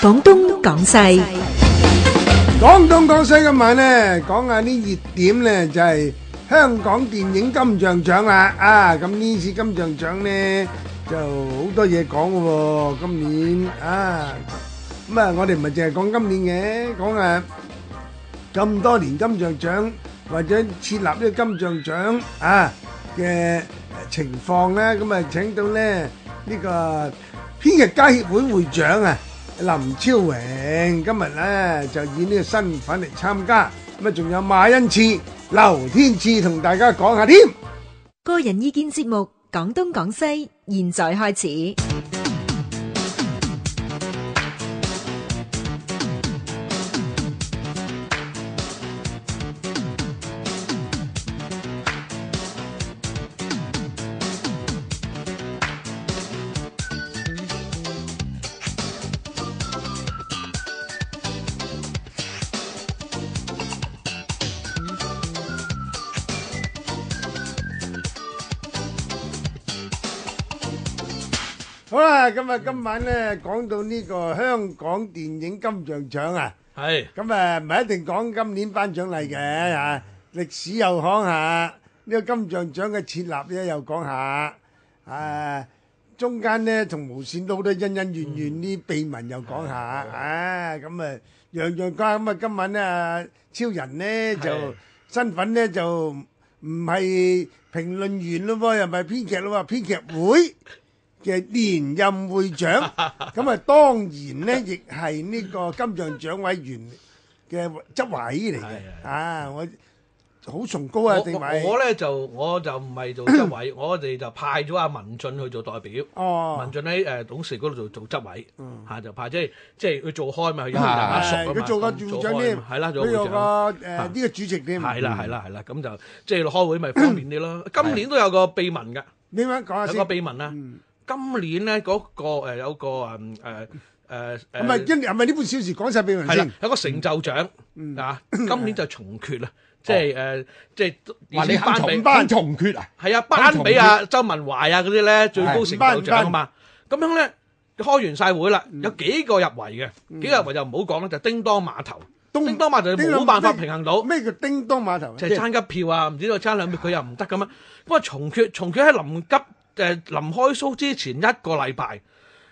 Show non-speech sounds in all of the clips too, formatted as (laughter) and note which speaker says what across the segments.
Speaker 1: 廣東廣西
Speaker 2: 廣東廣西今晚呢講下啲熱點呢，就係香港電影金像獎啦啊！咁呢次金像獎呢就好多嘢講嘅喎，今年啊咁啊，我哋唔係淨係講今年嘅，講誒咁多年金像獎或者設立呢個金像獎啊嘅情況咧，咁啊請到咧呢個編劇家協會會長啊林超榮，今日咧就以呢個身份嚟參加，咁啊仲有馬恩賜、劉天賜同大家講下添。
Speaker 1: 個人意見節目《廣東廣西》，現在開始。
Speaker 2: 好啦，咁啊今晚咧講到呢個香港電影金像獎啊。
Speaker 3: 係
Speaker 2: 咁誒唔係一定講今年頒獎禮嘅嚇，歷史又講下，呢個金像獎嘅設立咧又講下，誒中間咧同無線都好多恩恩怨怨啲秘聞又講下，啊咁誒樣樣加咁啊今晚咧啊超人咧就身份咧就唔係評論員咯喎，又唔係編劇咯喎，編劇會。嘅連任會
Speaker 3: (laughs)
Speaker 2: 長，咁啊當然咧，亦係呢個金像獎委員嘅執委嚟嘅。
Speaker 3: 係
Speaker 2: 啊，我好崇高啊，
Speaker 3: 我
Speaker 2: 定
Speaker 3: 我
Speaker 2: 位
Speaker 3: 我咧就我就唔係做執委， (coughs) 我哋就派咗阿文進去做代表。
Speaker 2: 哦嗯
Speaker 3: 文，進喺誒董事嗰度做做執委，嚇就派即係即係佢做開嘛，佢有阿叔
Speaker 2: 係佢做過會長添，
Speaker 3: 係啦，做
Speaker 2: 佢
Speaker 3: 會
Speaker 2: 做
Speaker 3: 長。
Speaker 2: 過誒呢個嗯主席添。
Speaker 3: 係啦，係啦，係啦，咁就即係開會咪方便啲咯。今年都有個秘聞㗎，
Speaker 2: 你啱講
Speaker 3: 有
Speaker 2: 下嗯啊先嗯
Speaker 3: 個。秘聞啦。今年咧嗰個誒有個嗯誒誒誒
Speaker 2: 係咪
Speaker 3: 誒
Speaker 2: 因係咪呢半小時講晒俾人
Speaker 3: 係啦
Speaker 2: 先？，嗯
Speaker 3: 有個成就獎啊！今年就重缺啦，即係
Speaker 2: 哦
Speaker 3: 誒即係
Speaker 4: 話你肯
Speaker 3: 頒
Speaker 4: 重
Speaker 3: 俾
Speaker 4: 班重缺啊？
Speaker 3: 係啊，頒俾啊周文懷啊嗰啲咧最高成就獎啊嘛。咁樣咧開完晒會啦，
Speaker 2: 嗯
Speaker 3: 有幾個入圍嘅，幾個入圍就唔好講啦，就叮當碼頭。
Speaker 2: 東
Speaker 3: 叮當碼頭就冇辦法平衡到，
Speaker 2: 咩叫叮當碼頭啊？
Speaker 3: 就係爭一票啊，唔知道爭兩票佢又唔得咁啊。咁啊重缺，重缺喺臨急誒、呃、臨開 show 之前一個禮拜。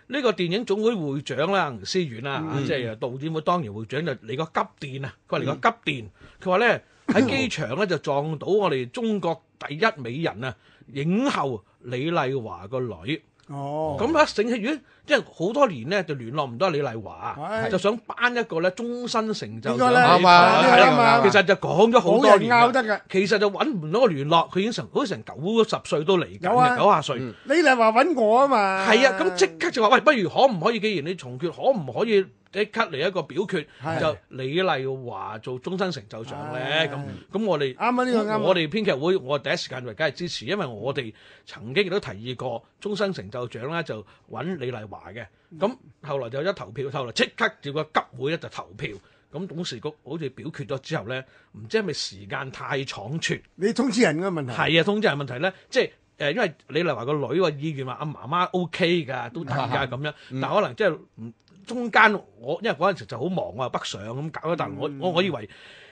Speaker 3: 呢個電影總會會長啦，吳思遠
Speaker 2: 嗯
Speaker 3: 啦，即係啊導演會當然會長就嚟個急電啊！佢話
Speaker 2: 嗯
Speaker 3: 嚟個急電，佢話咧喺機場咧就撞到我哋中國第一美人啊，影后李麗華個女。
Speaker 2: 哦，
Speaker 3: 咁一醒起，咦！即係好多年咧就聯絡唔到李麗華
Speaker 2: 哦係，
Speaker 3: 就想頒一個咧終身成就
Speaker 2: 應
Speaker 3: 獎
Speaker 2: 該
Speaker 3: 俾佢。
Speaker 2: 啦，
Speaker 4: 啱啊
Speaker 2: 呢個啱
Speaker 3: 係
Speaker 2: 啊
Speaker 3: 啦其實就講咗好
Speaker 2: 冇
Speaker 3: 多
Speaker 2: 人
Speaker 3: 年
Speaker 2: 拗
Speaker 3: 啦。
Speaker 2: 得㗎。
Speaker 3: 其實就揾唔到個聯絡，佢已經成好似成九十歲都嚟緊
Speaker 2: 有啊
Speaker 3: 嘅，九啊歲。
Speaker 2: 你嚟話揾我啊嘛？
Speaker 3: 係啊，咁即刻就話喂，不如可唔可以？既然你重決，可唔可以即刻嚟一個表決
Speaker 2: 係，
Speaker 3: 就李麗華做終身成就獎
Speaker 2: 係
Speaker 3: 咧？咁咁我哋
Speaker 2: 啱啊呢個啱啊
Speaker 3: 我哋編劇會，我第一時間就梗係支持，因為我哋曾經亦都提議過終身成就獎咧，就揾李麗華嘅。
Speaker 2: 嗯
Speaker 3: 咁後來就一投票，後來即刻叫個急會咧就投票。咁董事局好似表決咗之後咧，唔知係咪時間太倉促。
Speaker 2: 你通知人嘅問題。
Speaker 3: 係啊，通知係問題咧，即係誒、呃因為李麗華個女個意願話阿媽媽 O K 㗎，都
Speaker 4: (laughs)
Speaker 3: 得㗎咁樣，
Speaker 4: 嗯
Speaker 3: 但可能即係唔中間我因為嗰陣時就好忙，我啊話北上咁搞咗，但我
Speaker 4: 嗯
Speaker 3: 我我以為。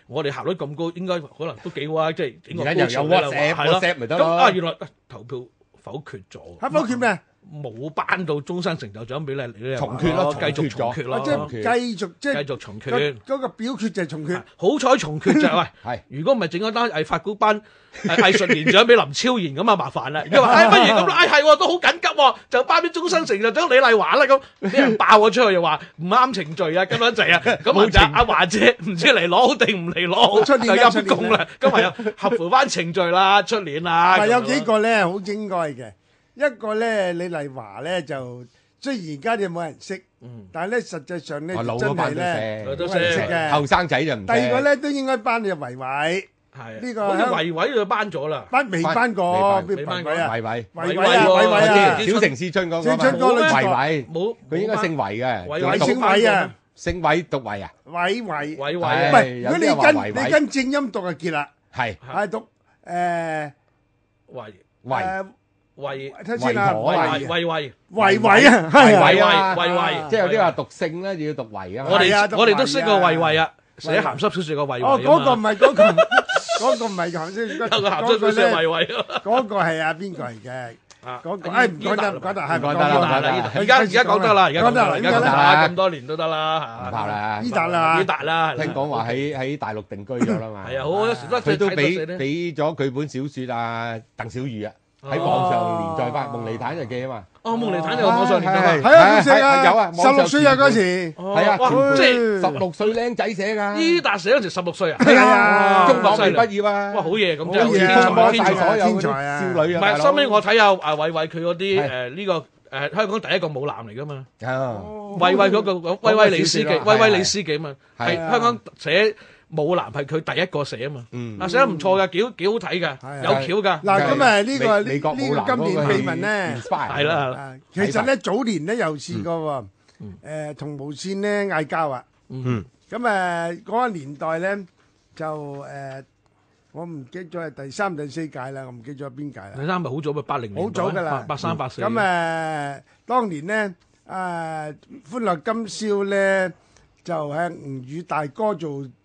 Speaker 3: 我哋效率咁高，應該可能都幾好啊！即係整個
Speaker 4: 而家又有
Speaker 3: 高潮呢
Speaker 4: WhatsApp，
Speaker 3: 係咯
Speaker 4: WhatsApp 啊咪得
Speaker 3: 咁
Speaker 4: 咯
Speaker 3: 啊，原來啊投票否決咗，
Speaker 2: 嚇否決咩？
Speaker 3: 冇頒到終身成就獎俾你，你
Speaker 4: 重決咯
Speaker 3: 繼續
Speaker 4: 重
Speaker 3: 重
Speaker 4: 決
Speaker 3: 決
Speaker 2: 啊
Speaker 3: 咯，
Speaker 2: 即係繼續即係
Speaker 3: 繼續重
Speaker 2: 個
Speaker 3: 決。
Speaker 2: 嗰個表決就係重
Speaker 4: À,
Speaker 2: 決。
Speaker 3: 好彩重缺就
Speaker 2: (laughs)
Speaker 3: 係
Speaker 4: 係
Speaker 3: 喂，如果唔係整嗰單藝法古班誒藝術年獎俾林超賢咁啊，麻煩啦。因為
Speaker 2: (laughs)
Speaker 3: 唉，不如咁啦，唉係喎，都好緊急喎，就頒俾終身成就獎李麗華啦咁，俾人爆咗出去又話唔啱程序啊，咁樣
Speaker 2: (laughs)
Speaker 3: 滯啊，咁就阿華姐唔知嚟攞好定唔嚟攞好，
Speaker 2: 出
Speaker 3: 就
Speaker 2: 年啦出
Speaker 3: 陰
Speaker 2: 年
Speaker 3: 公啦。咁咪又合乎翻程序啦，出年啦。
Speaker 2: 嗱，
Speaker 3: 咁樣
Speaker 2: 有幾個咧好應該嘅，一個咧李麗華咧就雖然而家就冇人識，但係咧實際上咧
Speaker 4: 我老
Speaker 2: 真
Speaker 4: 嗰
Speaker 2: 係
Speaker 4: 班都
Speaker 2: 咧
Speaker 3: 我
Speaker 4: 識，
Speaker 3: 都
Speaker 2: 冇人識
Speaker 3: 識
Speaker 2: 嘅
Speaker 4: 後。生仔就唔識。
Speaker 2: 第二個咧都應該頒入維維，
Speaker 3: 係
Speaker 2: 呢
Speaker 3: 呢
Speaker 2: 個
Speaker 3: 個好似維維就頒咗啦，
Speaker 2: 頒未頒過，
Speaker 4: 未
Speaker 3: 頒
Speaker 2: 邊
Speaker 3: 過
Speaker 2: 維維啊？
Speaker 4: 維維，
Speaker 3: 維維
Speaker 2: 維維啊，維
Speaker 3: 喎
Speaker 2: 維啊
Speaker 3: 嗰，啲
Speaker 4: 小城思春嗰個
Speaker 2: 小
Speaker 4: 嘛
Speaker 2: 春嗰個女主角
Speaker 4: 維維，
Speaker 3: 冇
Speaker 4: 佢應該姓維嘅，
Speaker 3: 維
Speaker 2: 維
Speaker 3: 維
Speaker 2: 姓維啊，
Speaker 4: 姓維讀維啊，
Speaker 2: 維
Speaker 3: 維
Speaker 2: 維。
Speaker 3: 維
Speaker 2: 唔
Speaker 3: 啊
Speaker 4: 係
Speaker 2: 係，如果
Speaker 4: 有啲人話維
Speaker 2: 你跟
Speaker 4: 維
Speaker 2: 你跟正音讀就結啦，
Speaker 4: 係
Speaker 3: 嚇
Speaker 2: 係讀誒
Speaker 3: 維
Speaker 4: 維
Speaker 2: 誒
Speaker 3: 維
Speaker 2: 睇先啊，
Speaker 4: 維
Speaker 3: 維
Speaker 4: 台
Speaker 2: 維
Speaker 3: 維維
Speaker 2: 維維啊，
Speaker 4: 維
Speaker 3: 維
Speaker 4: 維
Speaker 3: 維
Speaker 4: 啊
Speaker 3: 維維，
Speaker 4: 即係有啲話讀姓咧就要讀維啊嘛。
Speaker 3: 我
Speaker 2: 係啊
Speaker 3: 哋
Speaker 2: 都
Speaker 3: 我哋
Speaker 2: 維
Speaker 3: 都
Speaker 2: 啊
Speaker 3: 識個維維啊，寫鹹濕小説個維維
Speaker 2: 哦，嗰個
Speaker 3: 啊
Speaker 2: 唔
Speaker 3: 嘛，
Speaker 2: 係嗰個，嗰個唔係鹹先，
Speaker 3: 有個 (laughs) 鹹
Speaker 2: 嗰
Speaker 3: 濕
Speaker 2: 個
Speaker 3: 小説
Speaker 2: 咧，
Speaker 3: 維維啊。
Speaker 2: 嗰個係啊邊個嚟嘅？
Speaker 3: 啊
Speaker 2: 嗰個，唉唔講得，唔講得，係
Speaker 4: 唔講得啦
Speaker 3: 得
Speaker 4: 得
Speaker 3: 啦
Speaker 4: 啦，
Speaker 3: 而家而家講得啦，而家講得啦，而家講得啦，咁多年都得
Speaker 4: 唔
Speaker 3: 啦
Speaker 4: 怕
Speaker 3: 嚇。
Speaker 4: 啦
Speaker 2: 呢，達啦
Speaker 3: 呢達啦，係啦
Speaker 4: 聽講話喺喺大陸定居咗啦嘛。
Speaker 3: 係啊，好有時都
Speaker 4: 佢都俾
Speaker 3: 睇到死咧
Speaker 4: 俾咗佢本小説啊，鄧小宇啊，喺
Speaker 3: 哦
Speaker 4: 網上連載翻《夢妮坦日記》啊嘛。
Speaker 3: 哦，夢妮坦有網上連㗎嘛
Speaker 2: 係啊，佢
Speaker 4: 係
Speaker 2: 寫啊，
Speaker 4: 係有啊網
Speaker 2: 十
Speaker 4: 上
Speaker 2: 六歲啊嗰時，
Speaker 3: 哦
Speaker 4: 係啊
Speaker 3: 哇
Speaker 4: 全部
Speaker 3: 即係
Speaker 4: 十六歲僆仔寫㗎。
Speaker 3: 呢達寫嗰時十六歲啊，
Speaker 2: 係啊，
Speaker 4: 中學未畢業啊！
Speaker 3: 哇，好嘢咁
Speaker 4: Dạ,
Speaker 3: 真係
Speaker 2: 好嘢
Speaker 3: 天
Speaker 2: 啊
Speaker 3: 才
Speaker 2: 好嘢
Speaker 3: 天才
Speaker 2: 天才。
Speaker 4: 所
Speaker 3: 唔
Speaker 4: 有少女啊！
Speaker 3: 係，收尾我睇下啊，偉偉佢嗰啲
Speaker 4: 係
Speaker 3: 誒呢個誒香港第一個舞男嚟噶嘛，
Speaker 4: 啊，
Speaker 3: 偉偉
Speaker 2: 嗯
Speaker 3: 嗰個偉偉李司機，
Speaker 4: 嗰個小説啊
Speaker 3: 偉偉
Speaker 4: 係
Speaker 3: 李司機嘛，
Speaker 4: 係
Speaker 3: 係
Speaker 2: 係啊
Speaker 3: 香港寫舞男係佢第一個寫啊嘛，
Speaker 4: 嗯
Speaker 3: 啊寫得唔錯㗎，幾幾好睇㗎，
Speaker 2: 係
Speaker 3: 有橋㗎，
Speaker 2: 嗱咁啊呢個
Speaker 4: 美
Speaker 2: 呢
Speaker 4: 國
Speaker 2: 呢個今年秘聞咧。
Speaker 3: 係，啦，
Speaker 2: 啊其實咧早年咧又試過喎，誒同無線咧嗌交啊，
Speaker 4: 嗯，
Speaker 2: 咁誒嗰個年代咧就誒我唔記得咗係第三第四屆啦，我唔記得咗邊屆啦。
Speaker 3: 第三咪好早咪八零年代，
Speaker 2: 好早㗎啦嗯
Speaker 3: 八八三八四，
Speaker 2: 咁啊誒當年呃咧誒歡樂今宵咧就係吳宇大哥做